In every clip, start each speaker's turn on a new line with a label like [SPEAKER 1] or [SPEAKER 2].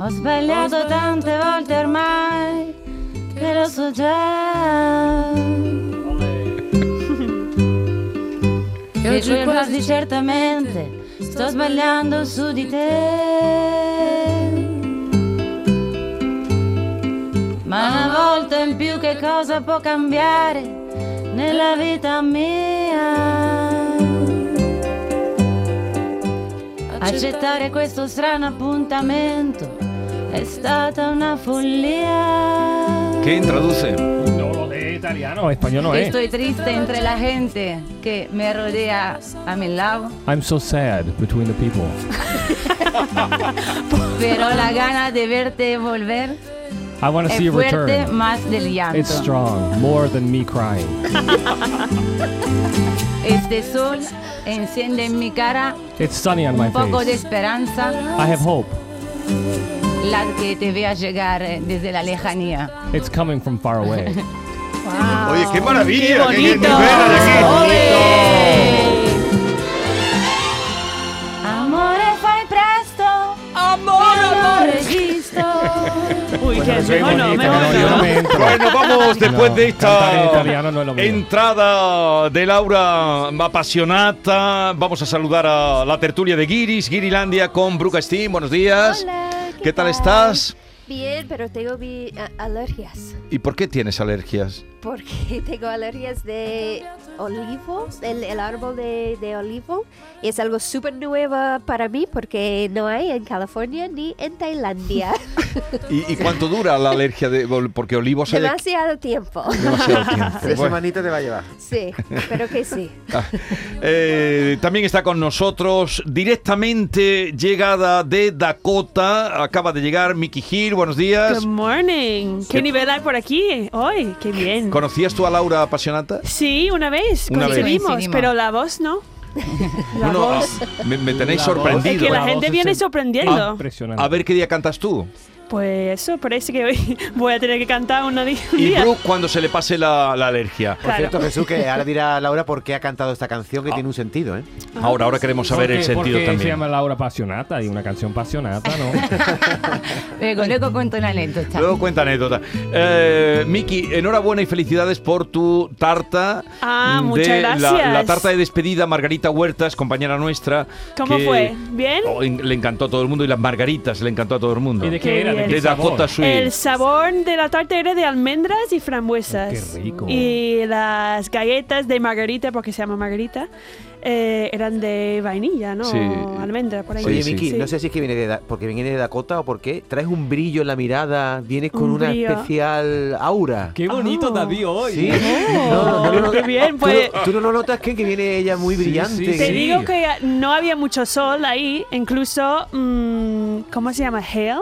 [SPEAKER 1] Ho sbagliato tante volte ormai che lo so già. E
[SPEAKER 2] oggi
[SPEAKER 1] oggi
[SPEAKER 2] quasi-
[SPEAKER 1] quasi certamente sto sbagliando su di te. Ma una volta in più che cosa può cambiare nella vita mia? Accettare questo strano appuntamento è stata una follia.
[SPEAKER 3] ¿Quién traduce?
[SPEAKER 4] No lo lee italiano, español no es.
[SPEAKER 1] Estoy triste entre la gente que me rodea a mi lado,
[SPEAKER 4] I'm so sad between the people.
[SPEAKER 1] pero la gana de verte volver
[SPEAKER 4] I want to see
[SPEAKER 1] es
[SPEAKER 4] a
[SPEAKER 1] fuerte
[SPEAKER 4] return.
[SPEAKER 1] más del
[SPEAKER 4] It's
[SPEAKER 1] llanto.
[SPEAKER 4] strong, more than me crying.
[SPEAKER 1] Este sol enciende en mi cara
[SPEAKER 4] It's sunny on my
[SPEAKER 1] un poco de
[SPEAKER 4] face.
[SPEAKER 1] esperanza,
[SPEAKER 4] I have hope.
[SPEAKER 1] la que te vea llegar eh, desde la lejanía.
[SPEAKER 4] It's coming from far away.
[SPEAKER 3] Oye, qué maravilla. qué- qué- qué buena de aquí.
[SPEAKER 1] Amore, fai presto,
[SPEAKER 2] Amor,
[SPEAKER 1] lo registro.
[SPEAKER 2] Uy, qué
[SPEAKER 4] soy
[SPEAKER 2] mejor no,
[SPEAKER 4] bonita,
[SPEAKER 2] mejor
[SPEAKER 4] no, yo no
[SPEAKER 2] no.
[SPEAKER 4] me entro.
[SPEAKER 3] Bueno, vamos después
[SPEAKER 4] No,
[SPEAKER 3] de
[SPEAKER 4] cantar en
[SPEAKER 3] esta
[SPEAKER 4] italiano no es lo mío.
[SPEAKER 3] entrada de Laura apasionata. Vamos a saludar a la tertulia de Guiris, Guirilandia con Bruca Steam. Buenos días.
[SPEAKER 5] Hola,
[SPEAKER 3] ¿Qué tal estás?
[SPEAKER 5] Bien, pero tengo vi- a- alergias.
[SPEAKER 3] ¿Y por qué tienes alergias?
[SPEAKER 5] Porque tengo alergias de olivo, el, el árbol de, de olivo. Y es algo súper nuevo para mí porque no hay en California ni en Tailandia.
[SPEAKER 3] ¿Y, y cuánto dura la alergia de ol- porque olivo se le-
[SPEAKER 5] Demasiado tiempo.
[SPEAKER 3] demasiado tiempo?
[SPEAKER 6] Tres
[SPEAKER 3] Bueno.
[SPEAKER 6] semanitas te va a llevar.
[SPEAKER 5] Sí, pero que sí.
[SPEAKER 3] Ah. Eh, también está con nosotros directamente llegada de Dakota. Acaba de llegar Mickey Hill. Buenos días.
[SPEAKER 2] Good morning. ¿Qué
[SPEAKER 3] ¿Qué-
[SPEAKER 2] nivel hay por aquí hoy? Qué bien.
[SPEAKER 3] ¿Conocías tú a Laura apasionata?
[SPEAKER 2] Sí, una vez
[SPEAKER 3] Una vez.
[SPEAKER 2] coincidimos,
[SPEAKER 1] Coincidimos.
[SPEAKER 2] pero la voz no. La
[SPEAKER 3] No, no,
[SPEAKER 2] voz.
[SPEAKER 3] ah, me, me tenéis
[SPEAKER 4] La
[SPEAKER 2] Es
[SPEAKER 3] sorprendido.
[SPEAKER 2] que la
[SPEAKER 4] La voz
[SPEAKER 2] gente
[SPEAKER 4] es
[SPEAKER 2] viene
[SPEAKER 4] im-
[SPEAKER 2] sorprendiendo.
[SPEAKER 4] Impresionante.
[SPEAKER 3] A ver qué día cantas tú.
[SPEAKER 2] Pues eso, parece que hoy voy a tener que cantar una di- un
[SPEAKER 3] Y
[SPEAKER 2] día.
[SPEAKER 3] Brooke cuando se le pase la, la alergia.
[SPEAKER 4] Ah.
[SPEAKER 6] Por cierto,
[SPEAKER 2] Claro.
[SPEAKER 6] Jesús, que ahora dirá Laura por qué ha cantado esta canción que tiene un sentido, ¿eh?
[SPEAKER 3] Ahora, ahora queremos saber el
[SPEAKER 4] Porque-
[SPEAKER 3] sentido
[SPEAKER 4] porque se llama
[SPEAKER 3] también.
[SPEAKER 4] Laura Apasionata y una canción apasionata, ¿no?
[SPEAKER 1] Luego, luego cuento una anécdota.
[SPEAKER 3] Luego cuenta anécdota. Eh, Miki, enhorabuena y felicidades por tu tarta.
[SPEAKER 2] Ah, muchas
[SPEAKER 3] de la- La,
[SPEAKER 2] gracias.
[SPEAKER 3] tarta de despedida, Margarita Huertas, compañera nuestra.
[SPEAKER 2] ¿Cómo
[SPEAKER 3] que-
[SPEAKER 2] fue? ¿Bien?
[SPEAKER 3] Oh, en- le encantó a todo el mundo y las margaritas le encantó a todo el mundo.
[SPEAKER 4] ¿Y de qué
[SPEAKER 2] Qué
[SPEAKER 4] era? ¿De
[SPEAKER 2] bien.
[SPEAKER 4] qué
[SPEAKER 3] De Dakota
[SPEAKER 4] sabor?
[SPEAKER 3] Sui.
[SPEAKER 2] El sabor de la tarta era de almendras y frambuesas.
[SPEAKER 4] Qué rico.
[SPEAKER 2] Y las galletas de margarita, porque se llama margarita, eh, eran de vainilla, ¿no?
[SPEAKER 3] Sí.
[SPEAKER 2] Almendra, por ahí.
[SPEAKER 3] Sí,
[SPEAKER 6] Oye,
[SPEAKER 3] sí.
[SPEAKER 6] Miki, no sé si es que viene de Da- porque viene de Dakota o por qué. Traes un brillo en la mirada, vienes con
[SPEAKER 2] Un
[SPEAKER 6] una
[SPEAKER 2] brillo.
[SPEAKER 6] especial aura.
[SPEAKER 4] Qué bonito
[SPEAKER 2] Oh.
[SPEAKER 3] Ah.
[SPEAKER 4] David hoy.
[SPEAKER 6] Sí.
[SPEAKER 4] ¿eh?
[SPEAKER 2] Oh, qué bien,
[SPEAKER 6] ¿Tú
[SPEAKER 2] pues-
[SPEAKER 6] no- ¿Tú, no lo notas, Ken, que viene ella muy
[SPEAKER 4] Sí,
[SPEAKER 6] brillante?
[SPEAKER 4] sí,
[SPEAKER 2] Te
[SPEAKER 4] sí.
[SPEAKER 2] digo que no había mucho sol ahí, incluso, mm, ¿cómo se llama? Hail,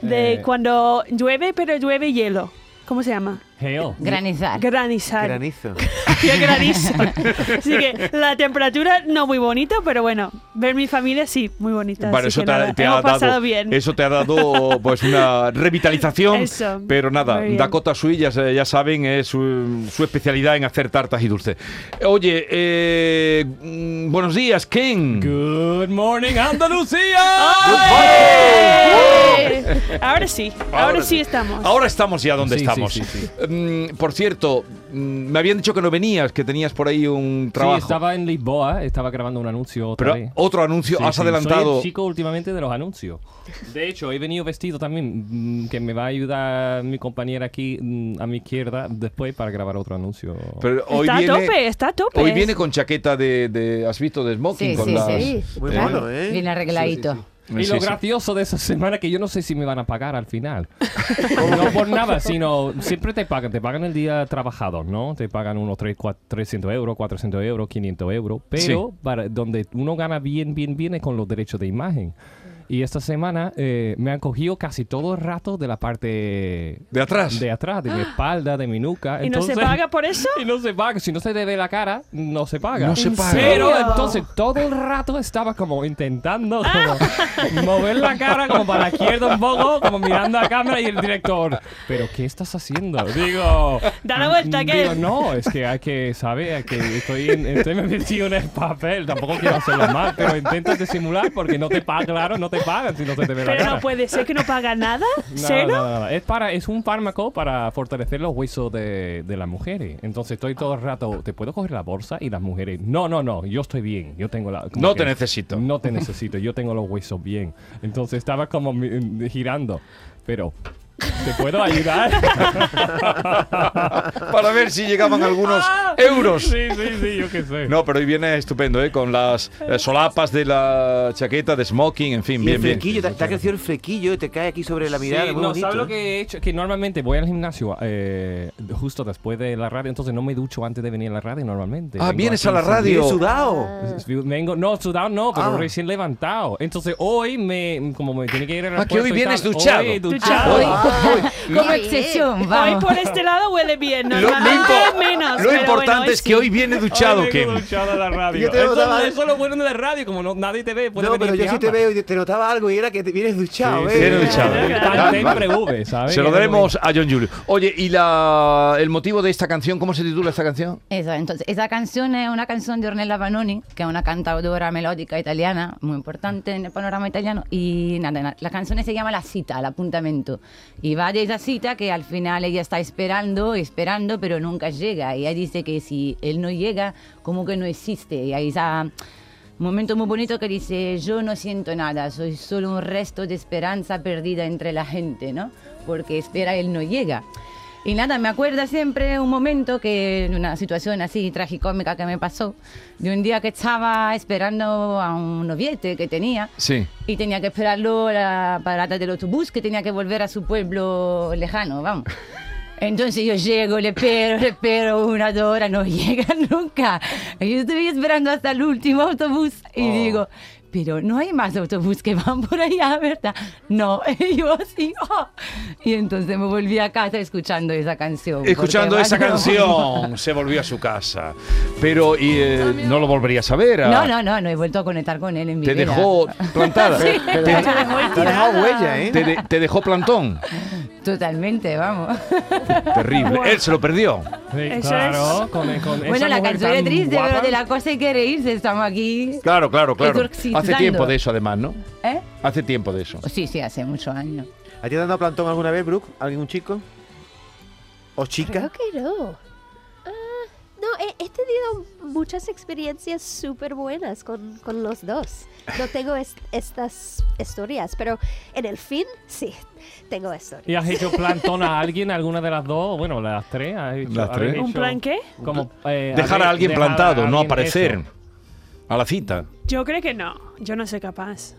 [SPEAKER 2] de
[SPEAKER 4] Eh.
[SPEAKER 2] cuando llueve, pero llueve hielo. ¿Cómo se llama?
[SPEAKER 4] Hail.
[SPEAKER 1] Granizar.
[SPEAKER 2] Granizar.
[SPEAKER 6] Granizo.
[SPEAKER 2] Había granizo. Así que la temperatura no muy bonita, pero bueno, ver mi familia sí, muy bonita.
[SPEAKER 3] Bueno, eso
[SPEAKER 2] así que
[SPEAKER 3] te, ha-
[SPEAKER 2] nada,
[SPEAKER 3] te
[SPEAKER 2] hemos
[SPEAKER 3] ha
[SPEAKER 2] pasado
[SPEAKER 3] dado,
[SPEAKER 2] bien.
[SPEAKER 3] eso te ha dado pues una revitalización.
[SPEAKER 2] Eso,
[SPEAKER 3] pero nada,
[SPEAKER 2] muy bien.
[SPEAKER 3] Dakota Sui, ya, se- ya saben, es su, su especialidad en hacer tartas y dulces. Oye, eh, mm, buenos días, Ken.
[SPEAKER 4] Good morning, Andalucía.
[SPEAKER 1] Ah.
[SPEAKER 2] ¡Ay! Ahora sí, ahora,
[SPEAKER 3] Ahora
[SPEAKER 2] sí.
[SPEAKER 3] sí. Ah,
[SPEAKER 2] estamos.
[SPEAKER 3] Ahora estamos ya donde
[SPEAKER 4] Sí, sí,
[SPEAKER 3] estamos.
[SPEAKER 4] sí, sí.
[SPEAKER 3] Mm, por cierto, mm, me habían dicho que no venías, que tenías por ahí un trabajo.
[SPEAKER 4] Sí, estaba en Lisboa, estaba grabando un anuncio otra
[SPEAKER 3] Pero
[SPEAKER 4] vez.
[SPEAKER 3] otro anuncio,
[SPEAKER 4] Sí,
[SPEAKER 3] has
[SPEAKER 4] sí, Soy
[SPEAKER 3] adelantado.
[SPEAKER 4] el chico últimamente de los anuncios. De hecho, he venido vestido también, mm, que me va a ayudar mi compañera aquí mm, a mi izquierda después para grabar otro anuncio.
[SPEAKER 3] Pero hoy
[SPEAKER 2] está
[SPEAKER 3] viene,
[SPEAKER 2] a tope, está a tope.
[SPEAKER 3] Hoy viene con chaqueta de, de- ¿Has visto? De smoking.
[SPEAKER 1] Sí,
[SPEAKER 3] con
[SPEAKER 1] sí,
[SPEAKER 3] las-
[SPEAKER 1] sí.
[SPEAKER 6] Muy
[SPEAKER 3] Eh,
[SPEAKER 6] bueno, ¿eh?
[SPEAKER 1] Bien arregladito.
[SPEAKER 4] Y
[SPEAKER 3] Sí,
[SPEAKER 4] lo
[SPEAKER 3] sí.
[SPEAKER 4] gracioso de esa semana que yo no sé si me van a pagar al final. no por nada, sino siempre te pagan, te pagan el día trabajado, ¿no? Te pagan unos tres, cua- 300 euros, 400 euros, 500 euros, pero para, donde uno gana bien, bien, bien es con los derechos de imagen. Y esta semana eh, me han cogido casi todo el rato de la parte
[SPEAKER 3] De atrás.
[SPEAKER 4] de atrás, de mi espalda, de mi nuca.
[SPEAKER 2] ¿Y no se
[SPEAKER 4] Entonces-
[SPEAKER 2] paga por eso?
[SPEAKER 4] y no se paga. Si no se te ve la cara, no se paga.
[SPEAKER 3] No se ¿En paga.
[SPEAKER 2] serio?
[SPEAKER 4] Pero entonces todo el rato estaba como intentando
[SPEAKER 2] Ah.
[SPEAKER 4] como mover la cara como para la izquierda un poco, como mirando a cámara y el director. ¿Pero qué estás haciendo? Digo.
[SPEAKER 2] Da la vuelta, ¿qué?
[SPEAKER 4] Digo, no, es que hay que saber que estoy, en- estoy metido en el papel. Tampoco quiero hacerlo mal, pero intentas disimular porque no te pagan, claro, no te pagan si no se te ve la
[SPEAKER 2] Pero
[SPEAKER 4] cara.
[SPEAKER 2] no puede ser que no paga nada.
[SPEAKER 4] Nada,
[SPEAKER 2] ¿Cero?
[SPEAKER 4] nada, nada. Es, para, es un fármaco para fortalecer los huesos de, de las mujeres. Entonces estoy todo el rato, ¿te puedo coger la bolsa? Y las mujeres, no, no, no, yo estoy bien. Yo tengo la, como
[SPEAKER 3] No te necesito.
[SPEAKER 4] No te necesito, yo tengo los huesos bien. Entonces estaba como mi- girando. Pero, ¿te puedo ayudar?
[SPEAKER 3] Para ver si llegaban algunos euros.
[SPEAKER 4] Ah, sí, sí, sí, yo qué sé.
[SPEAKER 3] No, pero hoy viene estupendo, ¿eh? Con las eh, solapas de la chaqueta, de smoking, en fin,
[SPEAKER 6] Y
[SPEAKER 3] bien,
[SPEAKER 6] el
[SPEAKER 3] bien.
[SPEAKER 6] flequillo, te, te ha crecido el flequillo y te cae aquí sobre la
[SPEAKER 4] Sí,
[SPEAKER 6] mirada. muy
[SPEAKER 4] no,
[SPEAKER 6] bonito,
[SPEAKER 4] ¿sabes lo
[SPEAKER 6] ¿eh?
[SPEAKER 4] que he hecho? Que normalmente voy al gimnasio eh, justo después de la radio, entonces no me ducho antes de venir a la radio normalmente.
[SPEAKER 3] Ah,
[SPEAKER 4] Vengo
[SPEAKER 3] vienes
[SPEAKER 4] aquí
[SPEAKER 3] a la
[SPEAKER 4] en San
[SPEAKER 3] radio.
[SPEAKER 6] Viene sudado.
[SPEAKER 4] Pues,
[SPEAKER 3] Mm.
[SPEAKER 4] Vengo, no, sudado no, pero
[SPEAKER 6] Ah.
[SPEAKER 4] recién levantado. Entonces hoy me, como me tiene que ir al
[SPEAKER 3] Ah, que hoy
[SPEAKER 4] aeropuerto y
[SPEAKER 3] vienes
[SPEAKER 4] tal,
[SPEAKER 3] duchado.
[SPEAKER 4] hoy
[SPEAKER 2] Duchado.
[SPEAKER 7] Hoy,
[SPEAKER 5] Muy
[SPEAKER 7] como
[SPEAKER 5] bien.
[SPEAKER 7] excepción,
[SPEAKER 2] Hoy
[SPEAKER 7] vamos.
[SPEAKER 2] por este lado huele bien,
[SPEAKER 3] Lo, lo
[SPEAKER 2] normalmente
[SPEAKER 3] impo-
[SPEAKER 2] menos.
[SPEAKER 3] lo
[SPEAKER 2] pero
[SPEAKER 3] importante
[SPEAKER 2] bueno,
[SPEAKER 3] es que hoy viene duchado,
[SPEAKER 4] Hoy vengo
[SPEAKER 3] Kim.
[SPEAKER 4] duchado a la radio.
[SPEAKER 6] Yo te
[SPEAKER 4] eso,
[SPEAKER 6] notaba-
[SPEAKER 4] eso es lo bueno de la radio, como no, nadie te ve. puedes
[SPEAKER 6] No,
[SPEAKER 4] venir
[SPEAKER 6] pero
[SPEAKER 4] en
[SPEAKER 6] yo sí te
[SPEAKER 4] pijama.
[SPEAKER 6] veo y te notaba algo y era que te vienes duchado,
[SPEAKER 4] Sí,
[SPEAKER 6] ¿eh?
[SPEAKER 3] Viene duchado.
[SPEAKER 4] Tan
[SPEAKER 3] Claro.
[SPEAKER 4] siempre V, ¿sabes?
[SPEAKER 3] Se lo daremos a John Julio. Oye, ¿y la, el motivo de esta canción? ¿Cómo se titula esta canción?
[SPEAKER 1] Eso, entonces, esa canción es una canción de Ornella Vanoni, que es una cantautora melódica italiana, muy importante en el panorama italiano. Y nada, na- la canción se llama La cita, el apuntamiento. Y va de esa cita que al final ella está esperando, esperando, pero nunca llega. Y ella dice que si él no llega, como que no existe. Y ahí está un momento muy bonito que dice, yo no siento nada, soy solo un resto de esperanza perdida entre la gente, ¿no? Porque espera, él no llega. Y nada, me acuerda siempre un momento que, una situación así tragicómica que me pasó, de un día que estaba esperando a un noviete que tenía
[SPEAKER 3] Sí.
[SPEAKER 1] y tenía que esperarlo a la parada del autobús que tenía que volver a su pueblo lejano, vamos. Entonces yo llego, le espero, le espero una, dos horas, no llega nunca. Y Yo estoy esperando hasta el último autobús y
[SPEAKER 3] Oh.
[SPEAKER 1] digo, pero no hay más autobús que van por allá, ¿verdad? No, y yo sí, oh. Y entonces me volví a casa escuchando esa canción. porque,
[SPEAKER 3] Escuchando esa
[SPEAKER 1] bueno,
[SPEAKER 3] canción, se volvió a su casa. Pero y, eh, no lo volverías a ver. a-
[SPEAKER 1] No, no, no, no he vuelto a conectar con él en mi
[SPEAKER 3] Te
[SPEAKER 1] vida.
[SPEAKER 3] dejó plantada.
[SPEAKER 6] Te,
[SPEAKER 3] Te-
[SPEAKER 6] te ha dejado huella, ¿eh?
[SPEAKER 3] te de- te dejó plantón.
[SPEAKER 1] Totalmente, vamos.
[SPEAKER 3] Terrible. Él se lo perdió.
[SPEAKER 4] Sí,
[SPEAKER 2] Eso
[SPEAKER 4] claro, con, con
[SPEAKER 1] Bueno,
[SPEAKER 4] esa
[SPEAKER 1] la
[SPEAKER 4] mujer
[SPEAKER 1] canción es
[SPEAKER 4] tan
[SPEAKER 1] triste,
[SPEAKER 4] guapa.
[SPEAKER 1] pero de la cosa hay que reírse, estamos aquí.
[SPEAKER 3] Claro, claro, claro.
[SPEAKER 1] Exorcizando.
[SPEAKER 3] Hace tiempo de eso, además, ¿no?
[SPEAKER 1] ¿Eh?
[SPEAKER 3] Hace tiempo de eso.
[SPEAKER 1] Oh, Sí, sí, hace muchos años.
[SPEAKER 6] ¿A ti te han dado plantón alguna vez, Brooke? ¿Algún chico? ¿O
[SPEAKER 5] Creo
[SPEAKER 6] chica?
[SPEAKER 5] que no. Ah, no, he, he tenido muchas experiencias súper buenas con, con los dos. No tengo es- estas historias, pero en el fin, sí, tengo
[SPEAKER 4] ¿Y
[SPEAKER 5] historias.
[SPEAKER 4] has hecho plantón a alguien, alguna de las dos? Bueno, las tres. has hecho-
[SPEAKER 3] Las tres.
[SPEAKER 4] habéis
[SPEAKER 2] ¿Un
[SPEAKER 4] hecho
[SPEAKER 2] plan qué?
[SPEAKER 4] Como, eh,
[SPEAKER 3] Dejar a
[SPEAKER 4] habéis-
[SPEAKER 3] alguien
[SPEAKER 4] dejar a
[SPEAKER 3] plantado, no
[SPEAKER 4] alguien
[SPEAKER 3] aparecer
[SPEAKER 4] eso.
[SPEAKER 3] a la cita.
[SPEAKER 2] Yo creo que no. Yo no soy capaz.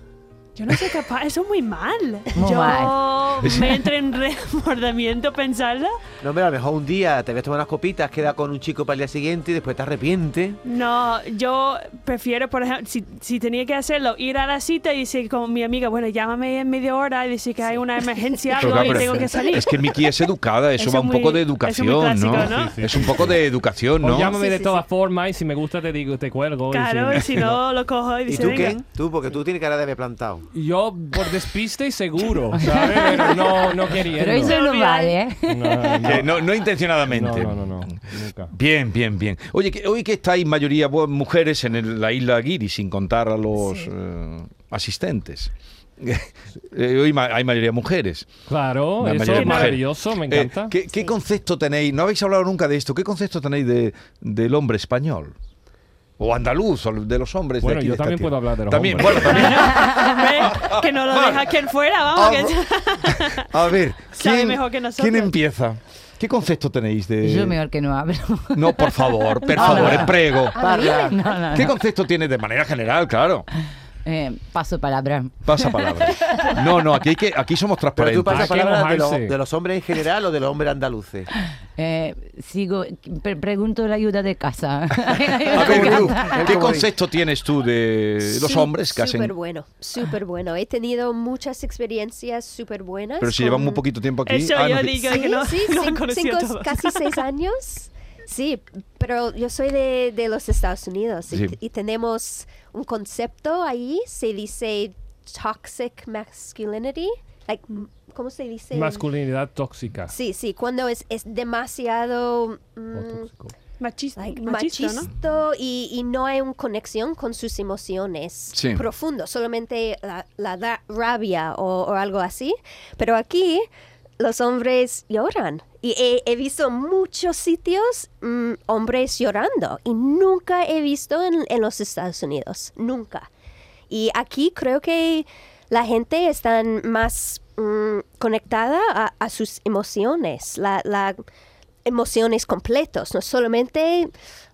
[SPEAKER 2] Yo no soy capaz. Eso es muy mal.
[SPEAKER 1] Muy
[SPEAKER 2] Yo
[SPEAKER 1] mal.
[SPEAKER 2] me entra en remordimiento pensarla.
[SPEAKER 6] No, hombre, a lo mejor un día te ves tomar unas copitas, queda con un chico para el día siguiente y después te arrepientes.
[SPEAKER 2] No, yo prefiero, por ejemplo, si, si tenía que hacerlo, ir a la cita y decir con mi amiga, bueno, llámame en media hora y decir que hay una emergencia
[SPEAKER 3] Pero
[SPEAKER 2] algo
[SPEAKER 3] claro,
[SPEAKER 2] y
[SPEAKER 3] pero
[SPEAKER 2] tengo que salir.
[SPEAKER 3] Es que Miki es educada, eso,
[SPEAKER 2] Eso
[SPEAKER 3] va un
[SPEAKER 2] muy-
[SPEAKER 3] poco de
[SPEAKER 2] eso muy
[SPEAKER 3] educación,
[SPEAKER 2] clásico,
[SPEAKER 3] ¿no?
[SPEAKER 2] ¿no?
[SPEAKER 4] Sí, sí.
[SPEAKER 3] Es un poco de educación,
[SPEAKER 4] O
[SPEAKER 3] ¿no?
[SPEAKER 4] Pues llámame
[SPEAKER 5] Sí,
[SPEAKER 4] de
[SPEAKER 5] sí,
[SPEAKER 4] todas formas y si me gusta te digo, te cuelgo. y
[SPEAKER 2] Claro, y si no, lo cojo y
[SPEAKER 6] ¿Y
[SPEAKER 2] dice,
[SPEAKER 6] tú qué?
[SPEAKER 2] venga.
[SPEAKER 6] Tú, porque tú tienes cara de haber plantado.
[SPEAKER 4] Yo por despiste y seguro, ¿sabes? Pero no, no quería.
[SPEAKER 1] Pero eso no
[SPEAKER 2] Olvidar.
[SPEAKER 1] vale, ¿eh?
[SPEAKER 4] No, no, no.
[SPEAKER 3] Que no, no intencionadamente.
[SPEAKER 4] No, no, no, no, nunca.
[SPEAKER 3] Bien, bien, bien. Oye, que, hoy que estáis mayoría bu- mujeres en el- la isla Guiri, sin contar a los eh, asistentes. Eh, hoy ma- hay mayoría mujeres.
[SPEAKER 4] Claro,
[SPEAKER 3] La
[SPEAKER 4] eso
[SPEAKER 3] mayoría
[SPEAKER 4] es
[SPEAKER 3] mujeres.
[SPEAKER 4] maravilloso, me
[SPEAKER 3] Eh,
[SPEAKER 4] encanta.
[SPEAKER 3] ¿qué, qué concepto tenéis? No habéis hablado nunca de esto. ¿Qué concepto tenéis de, del hombre español? O andaluz, o de los hombres de
[SPEAKER 4] Bueno,
[SPEAKER 3] aquí
[SPEAKER 4] yo
[SPEAKER 3] de esta
[SPEAKER 4] también
[SPEAKER 3] tierra.
[SPEAKER 4] puedo hablar de los
[SPEAKER 3] También,
[SPEAKER 4] hombres.
[SPEAKER 3] bueno, también.
[SPEAKER 2] Hombre, que no lo deja quien fuera, vamos.
[SPEAKER 3] Ah,
[SPEAKER 2] que-
[SPEAKER 3] A ver,
[SPEAKER 2] Sabe
[SPEAKER 3] ¿quién,
[SPEAKER 2] mejor que nosotros.
[SPEAKER 3] ¿quién empieza? ¿Qué concepto tenéis de...?
[SPEAKER 1] Yo mejor que no hablo.
[SPEAKER 3] No, por favor, por favor,
[SPEAKER 1] no.
[SPEAKER 3] prego.
[SPEAKER 1] No, no, no.
[SPEAKER 3] ¿Qué concepto tienes de manera general, claro?
[SPEAKER 1] eh, paso palabra.
[SPEAKER 3] Pasa palabra. No, no, aquí, hay que, aquí somos
[SPEAKER 6] Pero tú
[SPEAKER 4] Hay
[SPEAKER 3] transparentes.
[SPEAKER 6] pasas
[SPEAKER 4] que
[SPEAKER 6] palabras de, los-
[SPEAKER 4] mojarse.
[SPEAKER 6] de los hombres en general o de los hombres andaluces.
[SPEAKER 1] Eh, sigo, pre- pregunto la ayuda de casa.
[SPEAKER 4] Ah,
[SPEAKER 6] Ah,
[SPEAKER 3] A ver, Bru, ¿qué
[SPEAKER 6] Comodín.
[SPEAKER 3] concepto tienes tú de Eh, los
[SPEAKER 5] Su-
[SPEAKER 3] hombres que
[SPEAKER 5] Súper
[SPEAKER 3] hacen?
[SPEAKER 5] bueno, súper bueno. He tenido muchas experiencias súper buenas.
[SPEAKER 3] Pero si
[SPEAKER 5] con-
[SPEAKER 3] llevan muy poquito tiempo aquí. Ah,
[SPEAKER 2] Eso yo
[SPEAKER 3] no,
[SPEAKER 2] digo.
[SPEAKER 5] Sí,
[SPEAKER 2] que no-
[SPEAKER 5] sí,
[SPEAKER 2] no han
[SPEAKER 5] cin-
[SPEAKER 2] conocido
[SPEAKER 5] cinco,
[SPEAKER 2] todos.
[SPEAKER 5] casi seis años. Sí, pero yo soy de, de los Estados Unidos y,
[SPEAKER 3] Sí.
[SPEAKER 5] t- y tenemos un concepto ahí, se dice toxic masculinity, like, m- ¿cómo se dice?
[SPEAKER 4] Masculinidad tóxica.
[SPEAKER 5] Sí, sí, cuando es, es demasiado
[SPEAKER 4] O
[SPEAKER 5] mm,
[SPEAKER 4] tóxico.
[SPEAKER 2] Machis-
[SPEAKER 5] like,
[SPEAKER 2] machista, ¿no?
[SPEAKER 5] machisto y, y no hay una conexión con sus emociones
[SPEAKER 3] Sí.
[SPEAKER 5] profundo, solamente la, la da- rabia o, o algo así. Pero aquí los hombres lloran. Y he, he visto muchos sitios mm, hombres llorando y nunca he visto en, en los Estados Unidos, nunca. Y aquí creo que la gente está más mm, conectada a, a sus emociones, la, la- emociones completos, no solamente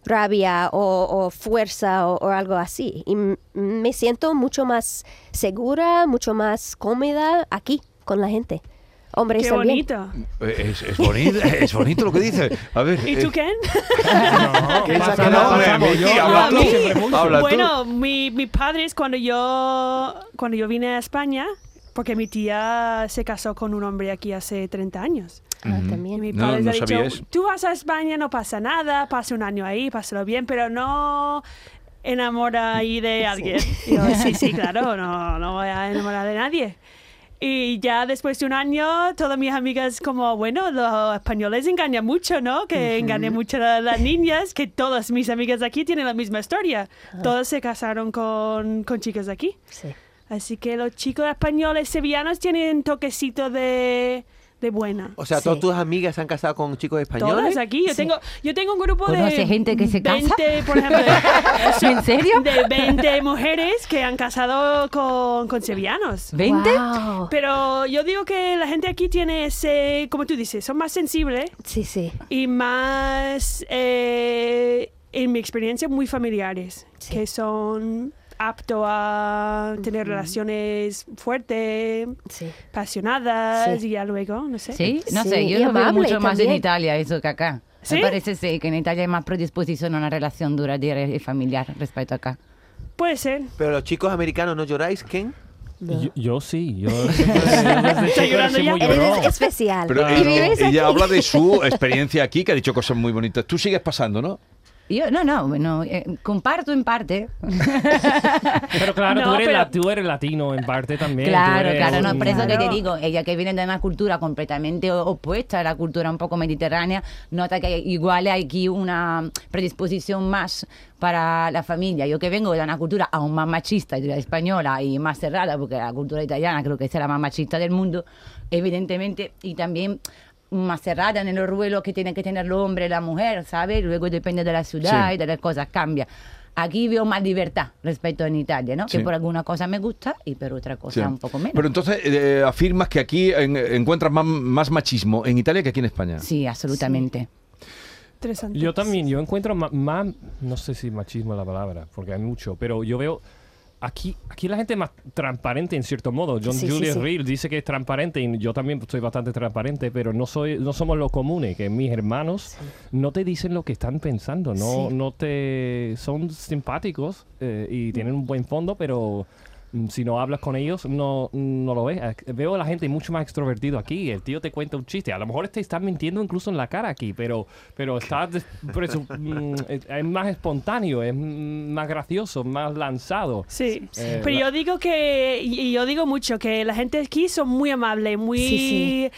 [SPEAKER 5] rabia o, o fuerza o, o algo así. Y m- me siento mucho más segura, mucho más cómoda aquí con la gente. Hombres
[SPEAKER 2] Qué
[SPEAKER 5] también.
[SPEAKER 2] bonito.
[SPEAKER 3] Es, es bonito, es bonito lo que dices. A ver.
[SPEAKER 2] ¿Y
[SPEAKER 3] eh,
[SPEAKER 2] tú, Ken?
[SPEAKER 4] No,
[SPEAKER 6] ¿Qué
[SPEAKER 4] pasa
[SPEAKER 6] saca
[SPEAKER 4] nada,
[SPEAKER 6] la-
[SPEAKER 4] pasamos yo.
[SPEAKER 3] Mira, habla
[SPEAKER 4] Ah,
[SPEAKER 3] tú,
[SPEAKER 4] no,
[SPEAKER 2] mí.
[SPEAKER 4] siempre mucho.
[SPEAKER 3] Habla tú.
[SPEAKER 2] bueno, mi, mi padre es cuando yo, cuando yo vine a España, porque mi tía se casó con un hombre aquí hace 30 años.
[SPEAKER 5] Ah,
[SPEAKER 2] Y
[SPEAKER 5] también.
[SPEAKER 2] mi
[SPEAKER 3] No,
[SPEAKER 2] padre
[SPEAKER 3] no
[SPEAKER 2] ha dicho,
[SPEAKER 3] sabía eso.
[SPEAKER 2] tú vas a España, no pasa nada, pasa un año ahí, pásalo bien, pero no enamora ahí de alguien. Y yo, sí, sí, claro, no, no voy a enamorar de nadie. Y ya después de un año, todas mis amigas como, bueno, los españoles engañan mucho, ¿no? Que engañan mucho a las niñas, que todas mis amigas de aquí tienen la misma historia. Todas se casaron con, con chicas de aquí.
[SPEAKER 5] Sí.
[SPEAKER 2] Así que los chicos españoles sevillanos tienen toquecito de, de buena.
[SPEAKER 6] O sea,
[SPEAKER 5] Sí.
[SPEAKER 6] todas tus amigas se han casado con chicos españoles.
[SPEAKER 2] Todas aquí. Yo, tengo, yo tengo un grupo de.
[SPEAKER 1] ¿Conoce gente que se casa?
[SPEAKER 2] 20, por ejemplo.
[SPEAKER 1] ¿En serio?
[SPEAKER 2] De 20 mujeres que han casado con, con sevillanos.
[SPEAKER 1] ¿20?
[SPEAKER 5] Wow.
[SPEAKER 2] Pero yo digo que la gente aquí tiene ese. Como tú dices, son más sensibles
[SPEAKER 5] Sí, sí.
[SPEAKER 2] y más. eh, en mi experiencia, muy familiares.
[SPEAKER 5] Sí.
[SPEAKER 2] Que son aptos a tener relaciones fuertes,
[SPEAKER 5] Sí.
[SPEAKER 2] apasionadas
[SPEAKER 5] Sí.
[SPEAKER 2] y ya luego, no sé.
[SPEAKER 1] Sí, no
[SPEAKER 5] Sí,
[SPEAKER 1] sé,
[SPEAKER 5] y
[SPEAKER 1] yo lo veo
[SPEAKER 5] amable
[SPEAKER 1] mucho más en
[SPEAKER 5] también.
[SPEAKER 1] Italia eso que acá.
[SPEAKER 2] ¿Sí?
[SPEAKER 1] Me parece sí, que en Italia hay más predisposición a una relación duradera y familiar respecto a acá.
[SPEAKER 2] Puede ser.
[SPEAKER 6] Pero los chicos americanos no lloráis, Ken.
[SPEAKER 4] Yo, yo sí, yo siempre- yo desde
[SPEAKER 2] Está
[SPEAKER 4] chico era
[SPEAKER 2] llorando ya.
[SPEAKER 4] muy
[SPEAKER 5] Eres
[SPEAKER 4] llorón.
[SPEAKER 5] especial.
[SPEAKER 3] Pero
[SPEAKER 5] y
[SPEAKER 3] ella,
[SPEAKER 5] vives aquí.
[SPEAKER 3] ella habla de su experiencia aquí, que ha dicho cosas muy bonitas. Tú sigues pasando, ¿no?
[SPEAKER 1] Yo, no, no, bueno, eh, comparto en parte.
[SPEAKER 4] Pero claro,
[SPEAKER 2] No,
[SPEAKER 4] tú, eres
[SPEAKER 2] pero-
[SPEAKER 4] la- tú eres latino en parte también. tú
[SPEAKER 1] Claro,
[SPEAKER 4] eres
[SPEAKER 1] claro,
[SPEAKER 4] un-
[SPEAKER 1] no, por eso que te
[SPEAKER 2] Claro.
[SPEAKER 1] digo, ella que viene de una cultura completamente o- opuesta a la cultura un poco mediterránea, nota que igual hay aquí una predisposición más para la familia. Yo que vengo de una cultura aún más machista, y de la española y más cerrada, porque la cultura italiana creo que es la más machista del mundo, evidentemente, y también más cerrada en el ruelo que tiene que tener el hombre y la mujer, ¿sabes? Luego depende de la ciudad
[SPEAKER 3] Sí.
[SPEAKER 1] y de las cosas, cambia. Aquí veo más libertad respecto en Italia, ¿no?
[SPEAKER 3] Sí.
[SPEAKER 1] Que por alguna cosa me gusta y por otra
[SPEAKER 5] Pues
[SPEAKER 1] cosa
[SPEAKER 3] Sí.
[SPEAKER 1] un poco menos.
[SPEAKER 3] Pero entonces eh, afirmas que aquí en- encuentras más, más machismo en Italia que aquí en España.
[SPEAKER 1] Sí, absolutamente.
[SPEAKER 2] Interesante.
[SPEAKER 4] Yo también, yo encuentro ma- más, no sé si machismo es la palabra, porque hay mucho, pero yo veo aquí, aquí la gente es más transparente en cierto modo. John
[SPEAKER 5] Sí, sí,
[SPEAKER 4] Julius
[SPEAKER 5] sí.
[SPEAKER 4] Reed dice que es transparente y yo también soy bastante transparente, pero no soy, no somos los comunes, que mis hermanos no te dicen lo que están pensando, no, no te son simpáticos eh, y tienen un buen fondo, pero mm, si no hablas con ellos, no, no lo ves. Ac- Veo a la gente mucho más extrovertido aquí. El tío te cuenta un chiste. A lo mejor te están mintiendo incluso en la cara aquí, pero, pero está des- presu- mm, es es más espontáneo, es mm, más gracioso, más lanzado.
[SPEAKER 2] Sí,
[SPEAKER 4] Eh,
[SPEAKER 2] pero
[SPEAKER 4] la-
[SPEAKER 2] yo digo que, y y yo digo mucho, que la gente aquí son muy amable, muy
[SPEAKER 5] Sí, sí.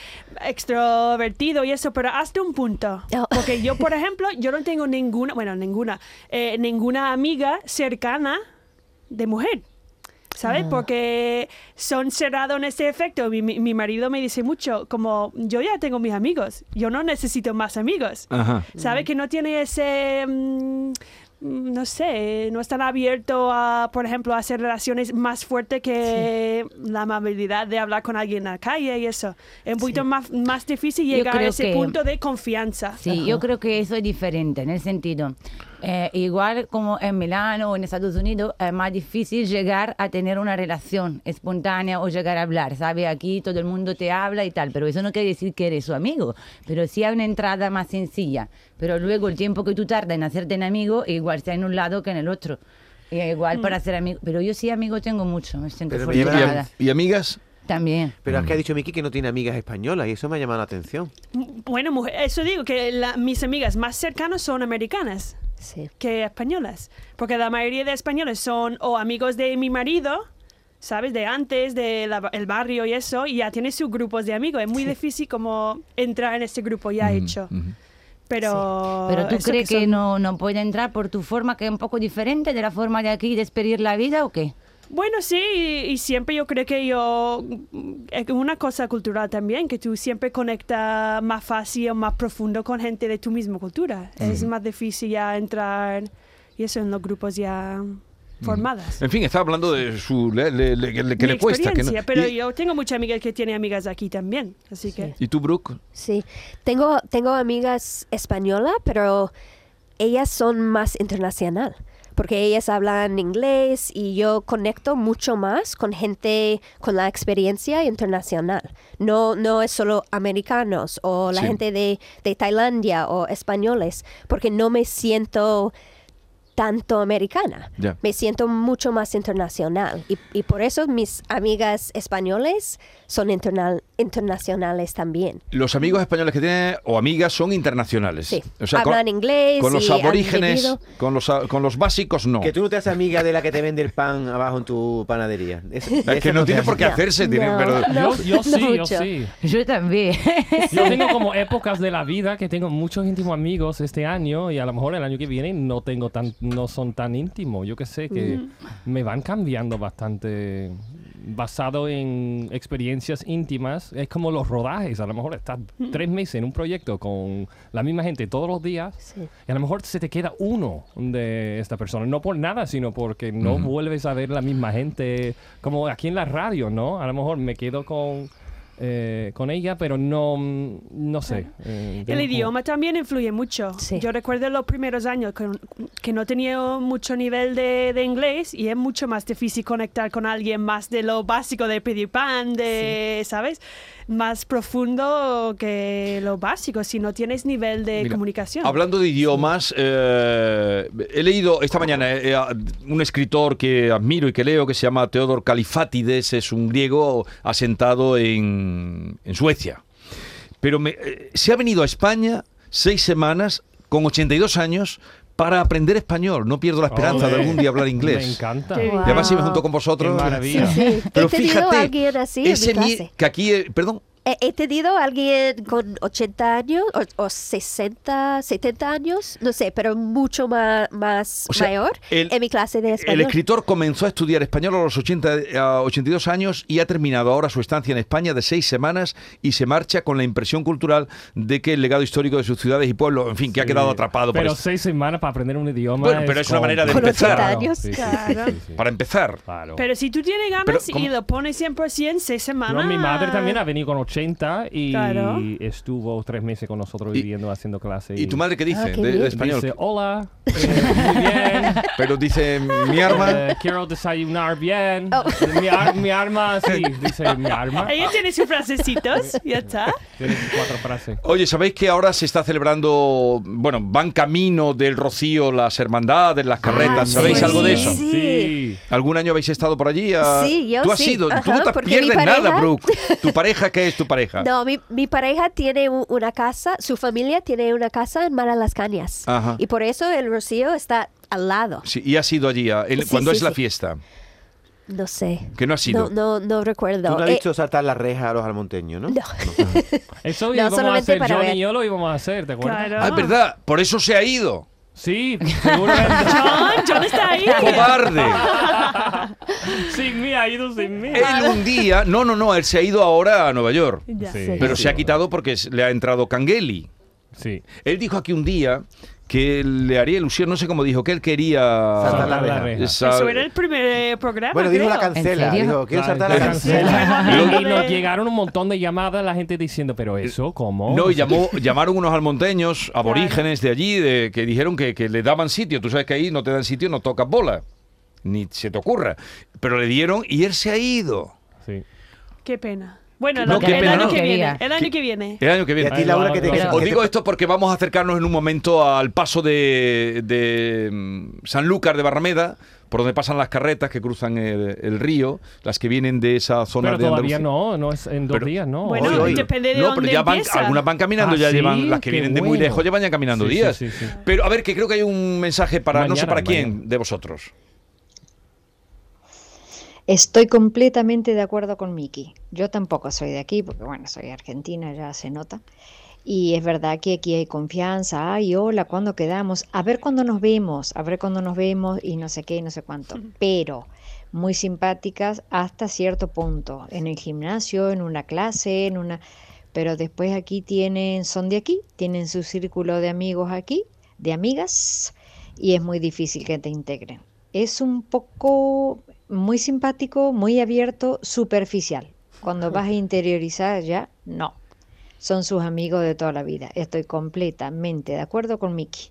[SPEAKER 2] extrovertido y eso, pero hasta un punto.
[SPEAKER 5] Oh.
[SPEAKER 2] Porque yo, por ejemplo, yo no tengo ninguna, bueno, ninguna, eh, ninguna amiga cercana de mujer. ¿Sabes?
[SPEAKER 1] Ah.
[SPEAKER 2] Porque son cerrados en este efecto. Mi, mi- mi marido me dice mucho, como yo ya tengo mis amigos, yo no necesito más amigos.
[SPEAKER 3] Ajá.
[SPEAKER 2] ¿Sabe? Que no tiene ese. mm, mm, no sé, no están abiertos a, por ejemplo, a hacer relaciones más fuertes que la amabilidad de hablar con alguien en la calle y eso. Es un poquito más, más difícil
[SPEAKER 1] Yo
[SPEAKER 2] llegar a
[SPEAKER 1] creo
[SPEAKER 2] ese
[SPEAKER 1] que-
[SPEAKER 2] punto de confianza.
[SPEAKER 1] Sí, yo creo que eso es diferente en el sentido. Eh, igual como en Milano o en Estados Unidos, es más difícil llegar a tener una relación espontánea o llegar a hablar, ¿sabe? Aquí todo el mundo te habla y tal, pero eso no quiere decir que eres su amigo, pero sí hay una entrada más sencilla. Pero luego el tiempo que tú tardas en hacerte un amigo, igual está en un lado que en el otro. Y igual para ser amigo, pero yo sí amigo tengo mucho, me siento
[SPEAKER 6] Pero me
[SPEAKER 3] ¿Y, y-
[SPEAKER 1] afortunada.
[SPEAKER 3] y amigas?
[SPEAKER 1] También.
[SPEAKER 6] Pero
[SPEAKER 3] Mm.
[SPEAKER 6] es que ha dicho Miki que no tiene amigas españolas y eso me ha llamado la atención.
[SPEAKER 2] M- Bueno, mujer, eso digo, que la- mis amigas más cercanas son americanas
[SPEAKER 5] Sí.
[SPEAKER 2] que españolas, porque la mayoría de españoles son o amigos de mi marido, ¿sabes? De antes, del barrio y eso, y ya tiene sus grupos de amigos. Es muy difícil como entrar en este grupo
[SPEAKER 3] mm,
[SPEAKER 2] ya hecho.
[SPEAKER 3] ujú.
[SPEAKER 2] Pero,
[SPEAKER 1] Pero tú
[SPEAKER 2] eso
[SPEAKER 1] crees que,
[SPEAKER 2] son-
[SPEAKER 1] no, no puede entrar por tu forma que es un poco diferente de la forma de aquí despedir la vida o qué?
[SPEAKER 2] Bueno, sí, y, y siempre yo creo que yo... mm, Es una cosa cultural también, que tú siempre conectas más fácil, más profundo con gente de tu misma cultura. Es más difícil ya entrar y eso en los grupos ya formadas.
[SPEAKER 3] En fin, está hablando de su le- le- le- que le- que
[SPEAKER 2] Mi
[SPEAKER 3] le cuesta. Que no-
[SPEAKER 2] experiencia, pero
[SPEAKER 3] y,
[SPEAKER 2] yo tengo muchas amigas que tienen amigas aquí también, así que...
[SPEAKER 3] ¿Y tú, Brooke?
[SPEAKER 5] Sí, tengo, tengo amigas españolas, pero ellas son más internacional, porque ellas hablan inglés y yo conecto mucho más con gente con la experiencia internacional. No, no es solo americanos o la
[SPEAKER 3] Sí.
[SPEAKER 5] gente de, de Tailandia o españoles, porque no me siento tanto americana.
[SPEAKER 3] Ya.
[SPEAKER 5] Me siento mucho más internacional y, y por eso mis amigas españoles son internal- internacionales también.
[SPEAKER 3] Los amigos españoles que tiene o amigas son internacionales.
[SPEAKER 5] Sí.
[SPEAKER 3] O sea,
[SPEAKER 5] Hablan
[SPEAKER 3] con,
[SPEAKER 5] inglés
[SPEAKER 3] Con los
[SPEAKER 5] y han
[SPEAKER 3] aborígenes,
[SPEAKER 5] vivido.
[SPEAKER 3] con los, a- con los básicos no.
[SPEAKER 6] Que tú no te haces amiga de la que te vende el pan abajo en tu panadería. Es,
[SPEAKER 3] Es que no tiene por qué hacerse. tiene-
[SPEAKER 5] No.
[SPEAKER 3] pero-
[SPEAKER 5] No,
[SPEAKER 4] yo, yo
[SPEAKER 5] no
[SPEAKER 4] sí, yo
[SPEAKER 5] mucho.
[SPEAKER 4] sí.
[SPEAKER 1] Yo también.
[SPEAKER 4] Yo tengo como épocas de la vida que tengo muchos íntimos amigos este año y a lo mejor el año que viene no tengo tan no son tan íntimos. Yo que sé que me van cambiando bastante basado en experiencias íntimas. Es como los rodajes. A lo mejor estás tres meses en un proyecto con la misma gente todos los días y a lo mejor se te queda uno de esta persona. No por nada, sino porque no vuelves a ver la misma gente. Como aquí en la radio, ¿no? A lo mejor me quedo con eh, con ella, pero no, mm, no sé. eh,
[SPEAKER 2] El
[SPEAKER 4] tengo
[SPEAKER 2] idioma también influye mucho.
[SPEAKER 5] Sí.
[SPEAKER 2] Yo recuerdo los primeros años que, que no tenía mucho nivel de, de inglés y es mucho más difícil conectar con alguien más de lo básico de pedir pan, de, ¿sabes? Más profundo que lo básico si no tienes nivel de
[SPEAKER 3] Mira,
[SPEAKER 2] Eh, comunicación.
[SPEAKER 3] Hablando de idiomas, eh, he leído esta mañana eh, a- un escritor que admiro y que leo que se llama Teodor Califatides, es un griego asentado en, en Suecia. Pero me- eh, se ha venido a España seis semanas con 82 años para aprender español. No pierdo la
[SPEAKER 4] como-
[SPEAKER 3] esperanza de
[SPEAKER 4] Ole,
[SPEAKER 3] algún día hablar
[SPEAKER 4] Me
[SPEAKER 3] inglés.
[SPEAKER 4] encanta.
[SPEAKER 5] Qué
[SPEAKER 3] Y además si me
[SPEAKER 5] Wow.
[SPEAKER 3] junto con vosotros...
[SPEAKER 4] Qué maravilla.
[SPEAKER 5] Sí,
[SPEAKER 3] Pero
[SPEAKER 5] he tenido
[SPEAKER 3] fíjate,
[SPEAKER 5] a alguien así en
[SPEAKER 3] ese
[SPEAKER 5] mi
[SPEAKER 3] mie-
[SPEAKER 5] clase.
[SPEAKER 3] que aquí, eh, perdón,
[SPEAKER 5] He, he tenido a alguien con 80 años o, o 60, 70 años, no sé, pero mucho ma- más,
[SPEAKER 3] O sea,
[SPEAKER 5] mayor
[SPEAKER 3] el-
[SPEAKER 5] en mi clase de
[SPEAKER 3] El
[SPEAKER 5] español.
[SPEAKER 3] escritor comenzó a estudiar español a los 80, a 82 años y ha terminado ahora su estancia en España de seis semanas y se marcha con la impresión cultural de que el legado histórico de sus ciudades y pueblos, en fin, que ha quedado atrapado. por este
[SPEAKER 4] Pero
[SPEAKER 3] esto.
[SPEAKER 4] seis semanas para aprender un idioma.
[SPEAKER 3] Bueno, pero es una manera de Con empezar.
[SPEAKER 5] 80 años,
[SPEAKER 2] claro.
[SPEAKER 3] Para empezar.
[SPEAKER 4] Claro.
[SPEAKER 2] Pero si tú tienes
[SPEAKER 3] Pero,
[SPEAKER 2] ganas y
[SPEAKER 3] ¿cómo?
[SPEAKER 2] lo pones 100% seis
[SPEAKER 4] Yo,
[SPEAKER 2] semanas...
[SPEAKER 4] mi madre también ha venido con 80 y
[SPEAKER 2] Claro.
[SPEAKER 4] estuvo tres meses con nosotros
[SPEAKER 3] Y-
[SPEAKER 4] viviendo, haciendo clases.
[SPEAKER 3] ¿Y tu madre qué dice
[SPEAKER 5] Ah, qué
[SPEAKER 3] de, de
[SPEAKER 5] bien.
[SPEAKER 3] español?
[SPEAKER 4] Dice, hola, eh, muy bien,
[SPEAKER 3] Pero dice, mi arma...
[SPEAKER 4] eh, quiero desayunar bien,
[SPEAKER 2] Oh.
[SPEAKER 4] mi, ar- mi arma, sí, dice mi arma.
[SPEAKER 2] Ella tiene sus frasecitos, ya está.
[SPEAKER 4] Tiene cuatro frases.
[SPEAKER 3] Oye, ¿sabéis que ahora se está celebrando, bueno, van camino del Rocío las hermandades, las carretas?
[SPEAKER 5] Ah, sí,
[SPEAKER 3] ¿Sabéis algo de
[SPEAKER 5] sí,
[SPEAKER 3] eso?
[SPEAKER 5] sí.
[SPEAKER 3] ¿Algún año habéis estado por allí? Ah,
[SPEAKER 5] Sí, yo
[SPEAKER 3] Tú has
[SPEAKER 5] sí.
[SPEAKER 3] ido, tú
[SPEAKER 5] Ajá,
[SPEAKER 3] no te
[SPEAKER 5] porque mi
[SPEAKER 3] pierdes nada,
[SPEAKER 5] pareja-
[SPEAKER 3] Brooke. ¿Tu pareja qué es tu pareja?
[SPEAKER 5] No, mi, mi pareja tiene u- una casa, su familia tiene una casa en Mara Las Cañas.
[SPEAKER 3] Ajá.
[SPEAKER 5] Y por eso el Rocío está al lado.
[SPEAKER 3] Sí, y has ido allí, a- el-
[SPEAKER 5] Sí,
[SPEAKER 3] cuando
[SPEAKER 5] sí,
[SPEAKER 3] es la
[SPEAKER 5] sí.
[SPEAKER 3] fiesta.
[SPEAKER 5] No sé.
[SPEAKER 3] Que no ha sido.
[SPEAKER 5] No, no, no
[SPEAKER 6] Tú
[SPEAKER 5] recuerdo.
[SPEAKER 6] no has
[SPEAKER 5] Eh,
[SPEAKER 6] dicho saltar las rejas a los almonteños, ¿no?
[SPEAKER 5] no.
[SPEAKER 4] Eso
[SPEAKER 5] No,
[SPEAKER 4] íbamos a
[SPEAKER 5] solamente
[SPEAKER 4] hacer,
[SPEAKER 5] para
[SPEAKER 4] John
[SPEAKER 5] ver.
[SPEAKER 4] y yo lo íbamos a hacer, ¿te acuerdas?
[SPEAKER 2] Claro.
[SPEAKER 3] Ah, es verdad, por eso se ha ido.
[SPEAKER 4] Sí, seguramente.
[SPEAKER 2] John, John está ahí.
[SPEAKER 3] ¡Cobarde!
[SPEAKER 4] sin mí, ha ido sin mí.
[SPEAKER 3] Él un día. No, no, no, él se ha ido ahora a Nueva York.
[SPEAKER 2] Ya.
[SPEAKER 4] Sí.
[SPEAKER 3] Pero
[SPEAKER 4] Sí,
[SPEAKER 3] se ha
[SPEAKER 4] sí.
[SPEAKER 3] quitado porque s- le ha entrado Cangeli.
[SPEAKER 4] Sí.
[SPEAKER 3] Él dijo aquí un día que le haría ilusión, no sé cómo dijo, que él quería...
[SPEAKER 4] la
[SPEAKER 6] Saltar la
[SPEAKER 4] reja.
[SPEAKER 6] reja.
[SPEAKER 3] Sa-
[SPEAKER 2] Eso era el primer eh, programa.
[SPEAKER 6] Bueno, dijo la
[SPEAKER 2] creo.
[SPEAKER 6] cancela.
[SPEAKER 1] ¿En serio?
[SPEAKER 6] Dijo, quiero
[SPEAKER 4] Claro,
[SPEAKER 6] saltar la
[SPEAKER 4] ya
[SPEAKER 6] cancela.
[SPEAKER 4] cancela. Y nos
[SPEAKER 2] Sí.
[SPEAKER 4] llegaron un montón de llamadas, la gente diciendo, pero eso, ¿cómo?
[SPEAKER 3] No, y llamó, llamaron unos almonteños, aborígenes de allí, de, que dijeron que, que le daban sitio. Tú sabes que ahí no te dan sitio, no tocas bola, ni se te ocurra. Pero le dieron y él se ha ido.
[SPEAKER 4] Sí.
[SPEAKER 2] Qué pena. Bueno, el,
[SPEAKER 3] No,
[SPEAKER 2] año-
[SPEAKER 3] qué
[SPEAKER 2] el
[SPEAKER 3] pena,
[SPEAKER 2] año
[SPEAKER 3] no.
[SPEAKER 2] que viene.
[SPEAKER 1] Quería.
[SPEAKER 2] El año que viene.
[SPEAKER 3] El año que
[SPEAKER 6] Y
[SPEAKER 3] viene.
[SPEAKER 6] a ti, Laura, que te
[SPEAKER 4] Ay,
[SPEAKER 6] que-
[SPEAKER 4] no, no,
[SPEAKER 3] Os
[SPEAKER 6] que
[SPEAKER 3] digo
[SPEAKER 6] te-
[SPEAKER 3] esto porque vamos a acercarnos en un momento al paso de, de mm, Sanlúcar de Barrameda, por donde pasan las carretas que cruzan el, el río, las que vienen de esa zona
[SPEAKER 4] Pero
[SPEAKER 3] de
[SPEAKER 4] todavía
[SPEAKER 3] Andalucía.
[SPEAKER 4] no, no es en dos
[SPEAKER 3] Pero-
[SPEAKER 4] días, ¿no.
[SPEAKER 2] Bueno,
[SPEAKER 3] Hoy, hoy.
[SPEAKER 2] depende de
[SPEAKER 3] No,
[SPEAKER 2] dónde
[SPEAKER 3] pero ya van,
[SPEAKER 2] empieza.
[SPEAKER 3] algunas van caminando,
[SPEAKER 4] Ah,
[SPEAKER 3] ya
[SPEAKER 4] ¿sí?
[SPEAKER 3] llevan las que
[SPEAKER 4] Qué
[SPEAKER 3] vienen de muy
[SPEAKER 4] bueno.
[SPEAKER 3] lejos, llevan ya caminando
[SPEAKER 4] Sí, sí,
[SPEAKER 3] días.
[SPEAKER 4] sí, sí.
[SPEAKER 3] Pero a ver, que creo que hay un mensaje para no sé
[SPEAKER 4] Mañana,
[SPEAKER 3] para quién
[SPEAKER 4] mañana.
[SPEAKER 3] de vosotros.
[SPEAKER 8] Estoy completamente de acuerdo con Miki. Yo tampoco soy de aquí, porque bueno, soy argentina, ya se nota. Y es verdad que aquí hay confianza. Ay, hola, ¿cuándo quedamos? A ver cuándo nos vemos, a ver cuándo nos vemos y no sé qué y no sé cuánto. Pero muy simpáticas hasta cierto punto. En el gimnasio, en una clase, en una... Pero después aquí tienen, son de aquí, tienen su círculo de amigos aquí, de amigas, y es muy difícil que te integren. Es un poco muy simpático, muy abierto, superficial. Cuando vas a interiorizar ya, no. Son sus amigos de toda la vida. Estoy completamente de acuerdo con Miki.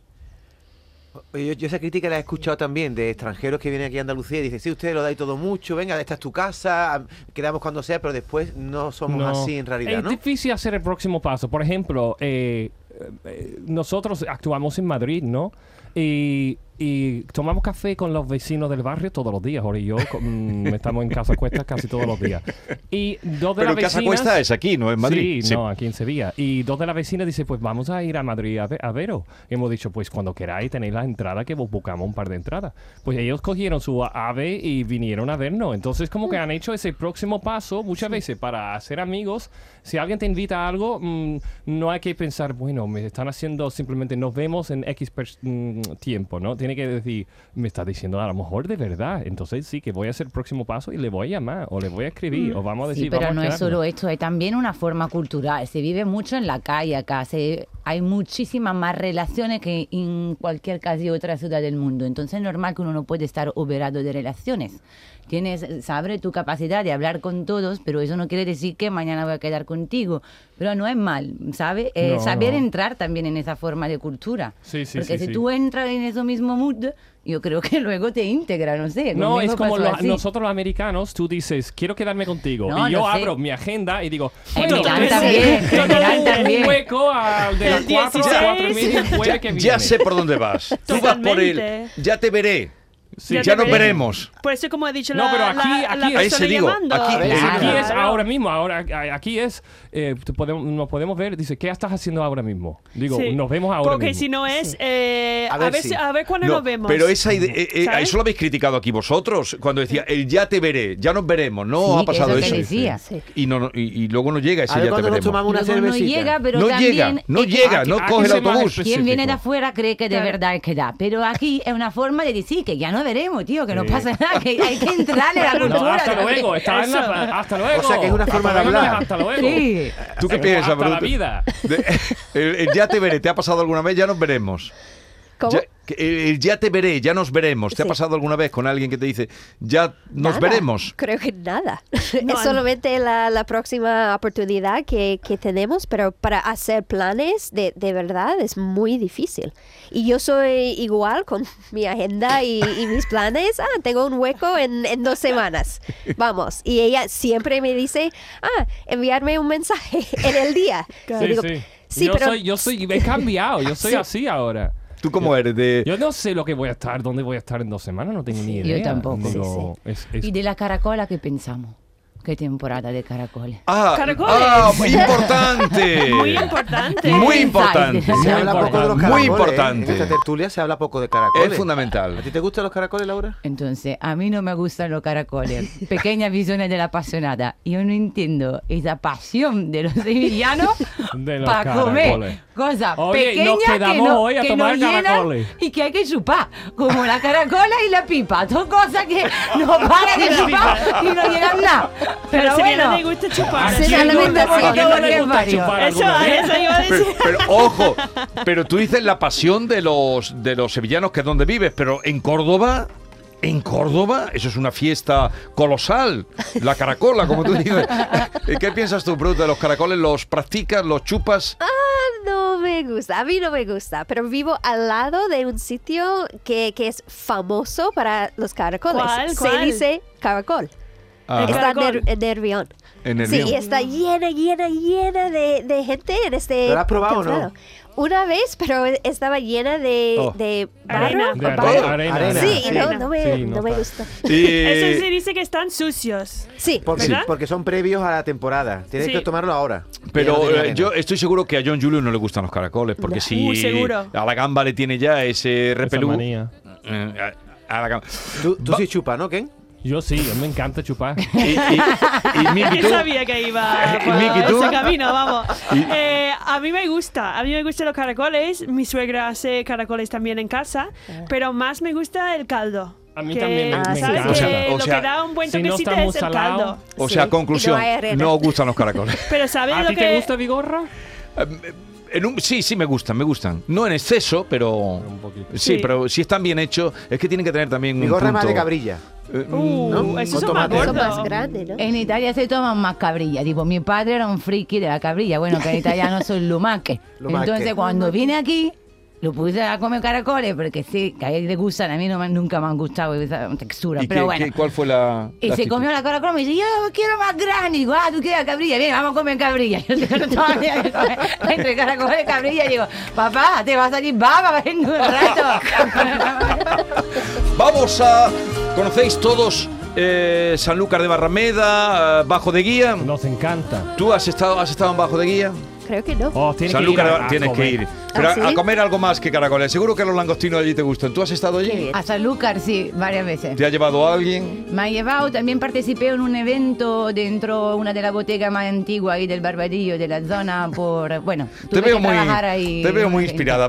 [SPEAKER 6] Oye, Yo, yo esa crítica la he escuchado también de extranjeros que vienen aquí a Andalucía y dicen, sí, ustedes lo dais todo mucho, venga, esta es tu casa, am- quedamos cuando sea, pero después no somos
[SPEAKER 4] No.
[SPEAKER 6] así en realidad,
[SPEAKER 4] Es
[SPEAKER 6] ¿no?
[SPEAKER 4] difícil hacer el próximo paso. Por ejemplo, eh, eh, nosotros actuamos en Madrid, ¿no? Y, y tomamos café con los vecinos del barrio todos los días. Ahora y yo con- estamos en Casa Cuesta casi todos los días. Y dos de
[SPEAKER 3] Pero
[SPEAKER 4] las
[SPEAKER 3] Casa
[SPEAKER 4] vecinas...
[SPEAKER 3] Cuesta es aquí, no es Madrid.
[SPEAKER 4] Sí, no, aquí en Sevilla. Y dos de las vecinas dicen, pues vamos a ir a Madrid a, ve- a veros. Y hemos dicho, pues cuando queráis tenéis las entradas que vos buscamos un par de entradas. Pues ellos cogieron su ave y vinieron a vernos. Entonces como que han hecho ese próximo paso muchas veces para hacer amigos. Si alguien te invita a algo, mm, no hay que pensar, bueno, me están haciendo simplemente nos vemos en X pers- mm, tiempo, ¿no? Tiene que decir, me está diciendo a lo mejor de verdad. Entonces sí, que voy a hacer el próximo paso y le voy a llamar o le voy a
[SPEAKER 3] Mm.
[SPEAKER 4] escribir o Pues vamos a decir...
[SPEAKER 1] Sí, pero
[SPEAKER 4] vamos a
[SPEAKER 1] no es
[SPEAKER 4] quedarnos".
[SPEAKER 1] solo esto, hay también una forma cultural. Se vive mucho en la calle acá. Se, hay muchísimas más relaciones que en cualquier casi otra ciudad del mundo. Entonces es normal que uno no puede estar operado de relaciones. Tienes, sabe tu capacidad de hablar con todos, pero eso no quiere decir que mañana voy a quedar contigo. Pero no es mal, ¿sabe? Eh,
[SPEAKER 4] No,
[SPEAKER 1] saber
[SPEAKER 4] no.
[SPEAKER 1] entrar también en esa forma de cultura.
[SPEAKER 4] Sí, sí,
[SPEAKER 1] Porque
[SPEAKER 4] sí,
[SPEAKER 1] si
[SPEAKER 4] sí.
[SPEAKER 1] tú entras en ese mismo mood, yo creo que luego te integra, no sé.
[SPEAKER 4] No,
[SPEAKER 1] conmigo
[SPEAKER 4] es como
[SPEAKER 1] pasó
[SPEAKER 4] lo-
[SPEAKER 1] así.
[SPEAKER 4] nosotros los americanos, tú dices, quiero quedarme contigo.
[SPEAKER 1] No,
[SPEAKER 4] y yo
[SPEAKER 1] lo sé.
[SPEAKER 4] abro mi agenda y digo,
[SPEAKER 1] En
[SPEAKER 4] bueno,
[SPEAKER 1] Milán
[SPEAKER 4] tengo-
[SPEAKER 1] también,
[SPEAKER 4] tengo
[SPEAKER 1] en Milán
[SPEAKER 4] un
[SPEAKER 1] también.
[SPEAKER 4] hueco al de las
[SPEAKER 2] El
[SPEAKER 4] 4 a 4 y
[SPEAKER 2] 16.
[SPEAKER 4] media el jueves que
[SPEAKER 3] Ya,
[SPEAKER 4] viene.
[SPEAKER 3] ya sé por dónde vas. Tú vas por el.
[SPEAKER 2] Totalmente.
[SPEAKER 3] Ya te veré.
[SPEAKER 4] Sí.
[SPEAKER 3] Ya,
[SPEAKER 2] te
[SPEAKER 3] nos
[SPEAKER 2] veré.
[SPEAKER 3] veremos.
[SPEAKER 2] Por eso, como he dicho,
[SPEAKER 4] No,
[SPEAKER 2] la,
[SPEAKER 4] pero aquí-
[SPEAKER 2] la- la
[SPEAKER 4] aquí-
[SPEAKER 3] ahí
[SPEAKER 2] persona
[SPEAKER 3] se digo,
[SPEAKER 2] llamando.
[SPEAKER 3] aquí-
[SPEAKER 1] Claro.
[SPEAKER 4] Aquí es
[SPEAKER 2] Claro.
[SPEAKER 4] ahora mismo, ahora a- aquí es, eh, te podemos- nos podemos ver, dice, ¿qué estás haciendo ahora mismo? Digo,
[SPEAKER 2] Sí.
[SPEAKER 4] nos vemos ahora
[SPEAKER 2] Porque
[SPEAKER 4] mismo.
[SPEAKER 2] si no es, eh,
[SPEAKER 6] A
[SPEAKER 2] a,
[SPEAKER 6] ver
[SPEAKER 2] ver,
[SPEAKER 6] si-
[SPEAKER 2] a ver cuándo
[SPEAKER 3] No,
[SPEAKER 2] nos vemos.
[SPEAKER 3] pero esa idea, eh, eh,
[SPEAKER 2] ¿Sabes?
[SPEAKER 3] eso lo habéis criticado aquí vosotros, cuando decía el ya te veré, ya nos veremos, no
[SPEAKER 1] Sí,
[SPEAKER 3] ha pasado
[SPEAKER 1] que eso
[SPEAKER 3] eso.
[SPEAKER 1] te decía.
[SPEAKER 3] Y, no, no- y, y luego no llega ese
[SPEAKER 6] A ver
[SPEAKER 3] ya te
[SPEAKER 6] cuando nos
[SPEAKER 3] veremos.
[SPEAKER 6] tomamos una
[SPEAKER 1] Luego no
[SPEAKER 6] cervecita.
[SPEAKER 1] llega, pero
[SPEAKER 3] no
[SPEAKER 1] también
[SPEAKER 3] llega, no
[SPEAKER 1] eh,
[SPEAKER 3] llega,
[SPEAKER 4] aquí-
[SPEAKER 3] no
[SPEAKER 4] aquí
[SPEAKER 3] coge el
[SPEAKER 4] se maneja
[SPEAKER 3] autobús.
[SPEAKER 1] Quien viene de
[SPEAKER 4] específico.
[SPEAKER 1] afuera cree que de verdad que da, pero aquí es una forma de decir que ya no veremos, tío, que no
[SPEAKER 4] Sí.
[SPEAKER 1] pasa nada, que hay que entrarle a la
[SPEAKER 4] No,
[SPEAKER 1] cultura.
[SPEAKER 4] hasta
[SPEAKER 1] también.
[SPEAKER 4] luego, está en la- hasta luego.
[SPEAKER 6] O sea, que es una
[SPEAKER 4] Hasta
[SPEAKER 6] forma de
[SPEAKER 4] luego,
[SPEAKER 6] hablar.
[SPEAKER 4] Hasta luego.
[SPEAKER 1] Sí.
[SPEAKER 3] ¿Tú qué
[SPEAKER 4] Hasta
[SPEAKER 3] piensas,
[SPEAKER 4] la
[SPEAKER 3] Bruto?
[SPEAKER 4] vida.
[SPEAKER 3] De- el, el ya te veré, ¿te ha pasado alguna vez? Ya nos veremos.
[SPEAKER 5] ¿Cómo?
[SPEAKER 3] Ya, que el, el ya te veré, ya nos veremos. ¿Te ha
[SPEAKER 5] Sí.
[SPEAKER 3] pasado alguna vez con alguien que te dice, ya nos
[SPEAKER 5] Nada.
[SPEAKER 3] veremos?
[SPEAKER 5] Creo que nada.
[SPEAKER 2] No,
[SPEAKER 5] es solamente la, la próxima oportunidad que, que tenemos, pero para hacer planes de, de verdad es muy difícil. Y yo soy igual con mi agenda y, y mis planes. Ah, tengo un hueco en, en dos semanas. Vamos. Y ella siempre me dice, ah, enviarme un mensaje en el día.
[SPEAKER 2] Claro.
[SPEAKER 5] Y
[SPEAKER 4] Sí,
[SPEAKER 5] digo,
[SPEAKER 4] sí.
[SPEAKER 5] "Sí,
[SPEAKER 4] yo
[SPEAKER 5] pero
[SPEAKER 4] soy, yo soy, he cambiado, yo soy así ahora.
[SPEAKER 3] ¿Tú cómo eres? De,
[SPEAKER 4] Yo no sé lo que voy a estar, dónde voy a estar en dos semanas, no tengo ni
[SPEAKER 1] Yo
[SPEAKER 4] idea.
[SPEAKER 1] tampoco.
[SPEAKER 4] Digo, es- es-
[SPEAKER 1] Y de la caracola, ¿qué pensamos? ¿Qué temporada de caracola?
[SPEAKER 3] ah,
[SPEAKER 2] Caracoles.
[SPEAKER 3] ah, importante.
[SPEAKER 2] Muy importante.
[SPEAKER 3] Muy importante.
[SPEAKER 1] Se
[SPEAKER 6] Se
[SPEAKER 4] Muy
[SPEAKER 6] habla poco de los
[SPEAKER 4] importante.
[SPEAKER 6] caracoles.
[SPEAKER 3] Muy importante.
[SPEAKER 6] ¿eh? En esta tertulia se habla poco de caracoles.
[SPEAKER 3] Es fundamental.
[SPEAKER 6] ¿A ti te gustan los caracoles, Laura?
[SPEAKER 1] Entonces, a mí no me gustan los caracoles. Pequeñas visiones de la apasionada. Yo no entiendo esa pasión de los sevillanos
[SPEAKER 4] De los
[SPEAKER 1] para
[SPEAKER 4] caracoles.
[SPEAKER 1] comer. Cosa
[SPEAKER 4] Oye,
[SPEAKER 1] pequeña
[SPEAKER 4] nos quedamos
[SPEAKER 1] que, no,
[SPEAKER 4] hoy a
[SPEAKER 1] que
[SPEAKER 4] tomar
[SPEAKER 1] nos llenan
[SPEAKER 4] caracoles.
[SPEAKER 1] y que hay que chupar. Como la caracola y la pipa. Son cosas que no paran de chupar y no llenan nada. Pero,
[SPEAKER 2] Pero si
[SPEAKER 1] bueno.
[SPEAKER 2] no le gusta chupar.
[SPEAKER 1] Sí, la alimentación
[SPEAKER 4] ¿A quién no le
[SPEAKER 1] que
[SPEAKER 4] gusta
[SPEAKER 1] parió.
[SPEAKER 4] chupar
[SPEAKER 2] Eso,
[SPEAKER 4] alguna vez?
[SPEAKER 2] eso iba a decir.
[SPEAKER 3] Pero, pero, ojo, pero tú dices la pasión de los de los sevillanos que es donde vives, pero en Córdoba, en Córdoba, eso es una fiesta colosal, la caracola, como tú dices. ¿Y ¿Qué piensas tú, Bruto, de los caracoles? ¿Los practicas, los chupas?
[SPEAKER 5] No me gusta, a mí no me gusta, pero vivo al lado de un sitio que, que es famoso para los caracoles.
[SPEAKER 2] ¿Cuál?
[SPEAKER 5] Se
[SPEAKER 2] ¿Cuál?
[SPEAKER 5] dice caracol.
[SPEAKER 3] Ah,
[SPEAKER 5] Está
[SPEAKER 2] Caracol.
[SPEAKER 5] en Ner- en Nervión.
[SPEAKER 3] en el
[SPEAKER 5] Sí,
[SPEAKER 3] río.
[SPEAKER 5] y está llena, llena, llena de, de gente en este.
[SPEAKER 6] ¿Lo has probado o no?
[SPEAKER 5] templado. Una vez, pero estaba llena de,
[SPEAKER 3] Oh.
[SPEAKER 5] de
[SPEAKER 2] Arena.
[SPEAKER 5] barro.
[SPEAKER 4] De
[SPEAKER 5] o
[SPEAKER 4] are-
[SPEAKER 5] barro.
[SPEAKER 4] arena,
[SPEAKER 6] Arena.
[SPEAKER 5] Sí, y no,
[SPEAKER 2] Arena.
[SPEAKER 5] no me,
[SPEAKER 4] Sí, no
[SPEAKER 5] no me
[SPEAKER 4] está.
[SPEAKER 5] gusta.
[SPEAKER 3] Y-
[SPEAKER 2] Eso se dice que están sucios.
[SPEAKER 5] Sí,
[SPEAKER 6] Porque,
[SPEAKER 3] Sí.
[SPEAKER 6] porque son previos a la temporada. Tienes
[SPEAKER 2] Sí.
[SPEAKER 6] que tomarlo ahora. Que no
[SPEAKER 3] Pero
[SPEAKER 6] tiene
[SPEAKER 3] eh,
[SPEAKER 6] arena.
[SPEAKER 3] yo estoy seguro que a John Julio no le gustan los caracoles, porque si
[SPEAKER 2] Uy, seguro.
[SPEAKER 3] a la gamba le tiene ya ese
[SPEAKER 4] Esa
[SPEAKER 3] repelú.
[SPEAKER 4] manía.
[SPEAKER 3] eh, a- a la gamba.
[SPEAKER 6] Tú, tú sí chupas, ¿no, Ken?
[SPEAKER 4] Yo sí, a mí me encanta chupar.
[SPEAKER 3] Y, y, y Miki,
[SPEAKER 2] Yo
[SPEAKER 3] tú-
[SPEAKER 2] sabía que iba
[SPEAKER 3] Eh,
[SPEAKER 2] por
[SPEAKER 3] Miki, ¿tú?
[SPEAKER 2] ese camino, vamos.
[SPEAKER 3] Y-
[SPEAKER 2] Eh, a mí me gusta, a mí me gustan los caracoles. Mi suegra hace caracoles también en casa, pero más me gusta el caldo.
[SPEAKER 4] Eh. A mí
[SPEAKER 2] Que,
[SPEAKER 4] también me-
[SPEAKER 2] ¿sabes?
[SPEAKER 4] me encanta.
[SPEAKER 2] Que
[SPEAKER 4] O sea,
[SPEAKER 3] o
[SPEAKER 2] lo
[SPEAKER 3] sea,
[SPEAKER 2] que da un buen
[SPEAKER 4] si no
[SPEAKER 2] toquecito
[SPEAKER 4] está muy
[SPEAKER 2] es el
[SPEAKER 4] salado.
[SPEAKER 2] caldo.
[SPEAKER 3] O
[SPEAKER 5] Sí,
[SPEAKER 3] sea,
[SPEAKER 5] y
[SPEAKER 3] conclusión,
[SPEAKER 5] no hay arena.
[SPEAKER 3] no os gustan los caracoles.
[SPEAKER 2] Pero ¿sabes
[SPEAKER 4] ¿A
[SPEAKER 2] lo
[SPEAKER 4] ti
[SPEAKER 2] que
[SPEAKER 4] te gusta Vigorra?
[SPEAKER 3] En un- sí, sí me gustan, me gustan. No en exceso, pero...
[SPEAKER 4] poquito.
[SPEAKER 3] Sí,
[SPEAKER 2] Sí.
[SPEAKER 3] pero si están bien hechos, es que tienen que tener también
[SPEAKER 6] Mi
[SPEAKER 3] un
[SPEAKER 6] gorra es más
[SPEAKER 3] punto-
[SPEAKER 6] de cabrilla.
[SPEAKER 3] Eh,
[SPEAKER 2] Uh,
[SPEAKER 6] ¿no?
[SPEAKER 2] esos
[SPEAKER 6] Con
[SPEAKER 2] son más
[SPEAKER 6] tomate.
[SPEAKER 5] son más
[SPEAKER 2] gordos.
[SPEAKER 5] grande, ¿no?
[SPEAKER 1] En Italia se toman más cabrilla. Tipo, mi padre era un friki de la cabrilla. Bueno, que en italiano soy lumaque.
[SPEAKER 6] Lumache.
[SPEAKER 1] Entonces, cuando vine aquí, lo puse a comer caracoles porque sí, que a él le gustan. A mí no me- nunca me han gustado esa textura.
[SPEAKER 3] ¿Y
[SPEAKER 1] pero
[SPEAKER 3] qué-
[SPEAKER 1] bueno.
[SPEAKER 3] qué- cuál fue la...?
[SPEAKER 1] Y
[SPEAKER 3] la
[SPEAKER 1] se
[SPEAKER 3] actitud?
[SPEAKER 1] comió la caracola y me dice, yo quiero más grande. Y digo, ah, tú quieres cabrilla. Bien, vamos a comer cabrilla. Yo digo, todavía que comer. Entre caracoles y cabrilla, digo, papá, te va a salir baba en un rato.
[SPEAKER 3] Vamos a... ¿Conocéis todos eh, Sanlúcar de Barrameda, eh, Bajo de Guía?
[SPEAKER 4] Nos encanta.
[SPEAKER 3] ¿Tú has estado, has estado en Bajo de Guía?
[SPEAKER 5] Creo que no.
[SPEAKER 4] Oh, tienes
[SPEAKER 3] Sanlúcar de
[SPEAKER 4] que ir. a-
[SPEAKER 3] Bar-
[SPEAKER 4] a
[SPEAKER 3] tienes que
[SPEAKER 4] comer.
[SPEAKER 3] ir. Pero
[SPEAKER 5] ¿Ah,
[SPEAKER 3] a-
[SPEAKER 5] sí?
[SPEAKER 3] a comer algo más que caracoles. Seguro que los langostinos allí te gustan. ¿Tú has estado allí?
[SPEAKER 5] Qué bien.
[SPEAKER 1] Hasta Lucas, sí, varias veces.
[SPEAKER 3] ¿Te ha llevado alguien?
[SPEAKER 1] Me ha llevado, también participé en un evento dentro una de las bodegas más antiguas ahí del Barbadillo, de la zona por, bueno, tuve
[SPEAKER 3] te veo
[SPEAKER 1] que
[SPEAKER 3] muy,
[SPEAKER 1] trabajar ahí.
[SPEAKER 3] te veo muy
[SPEAKER 1] en-
[SPEAKER 3] inspirada.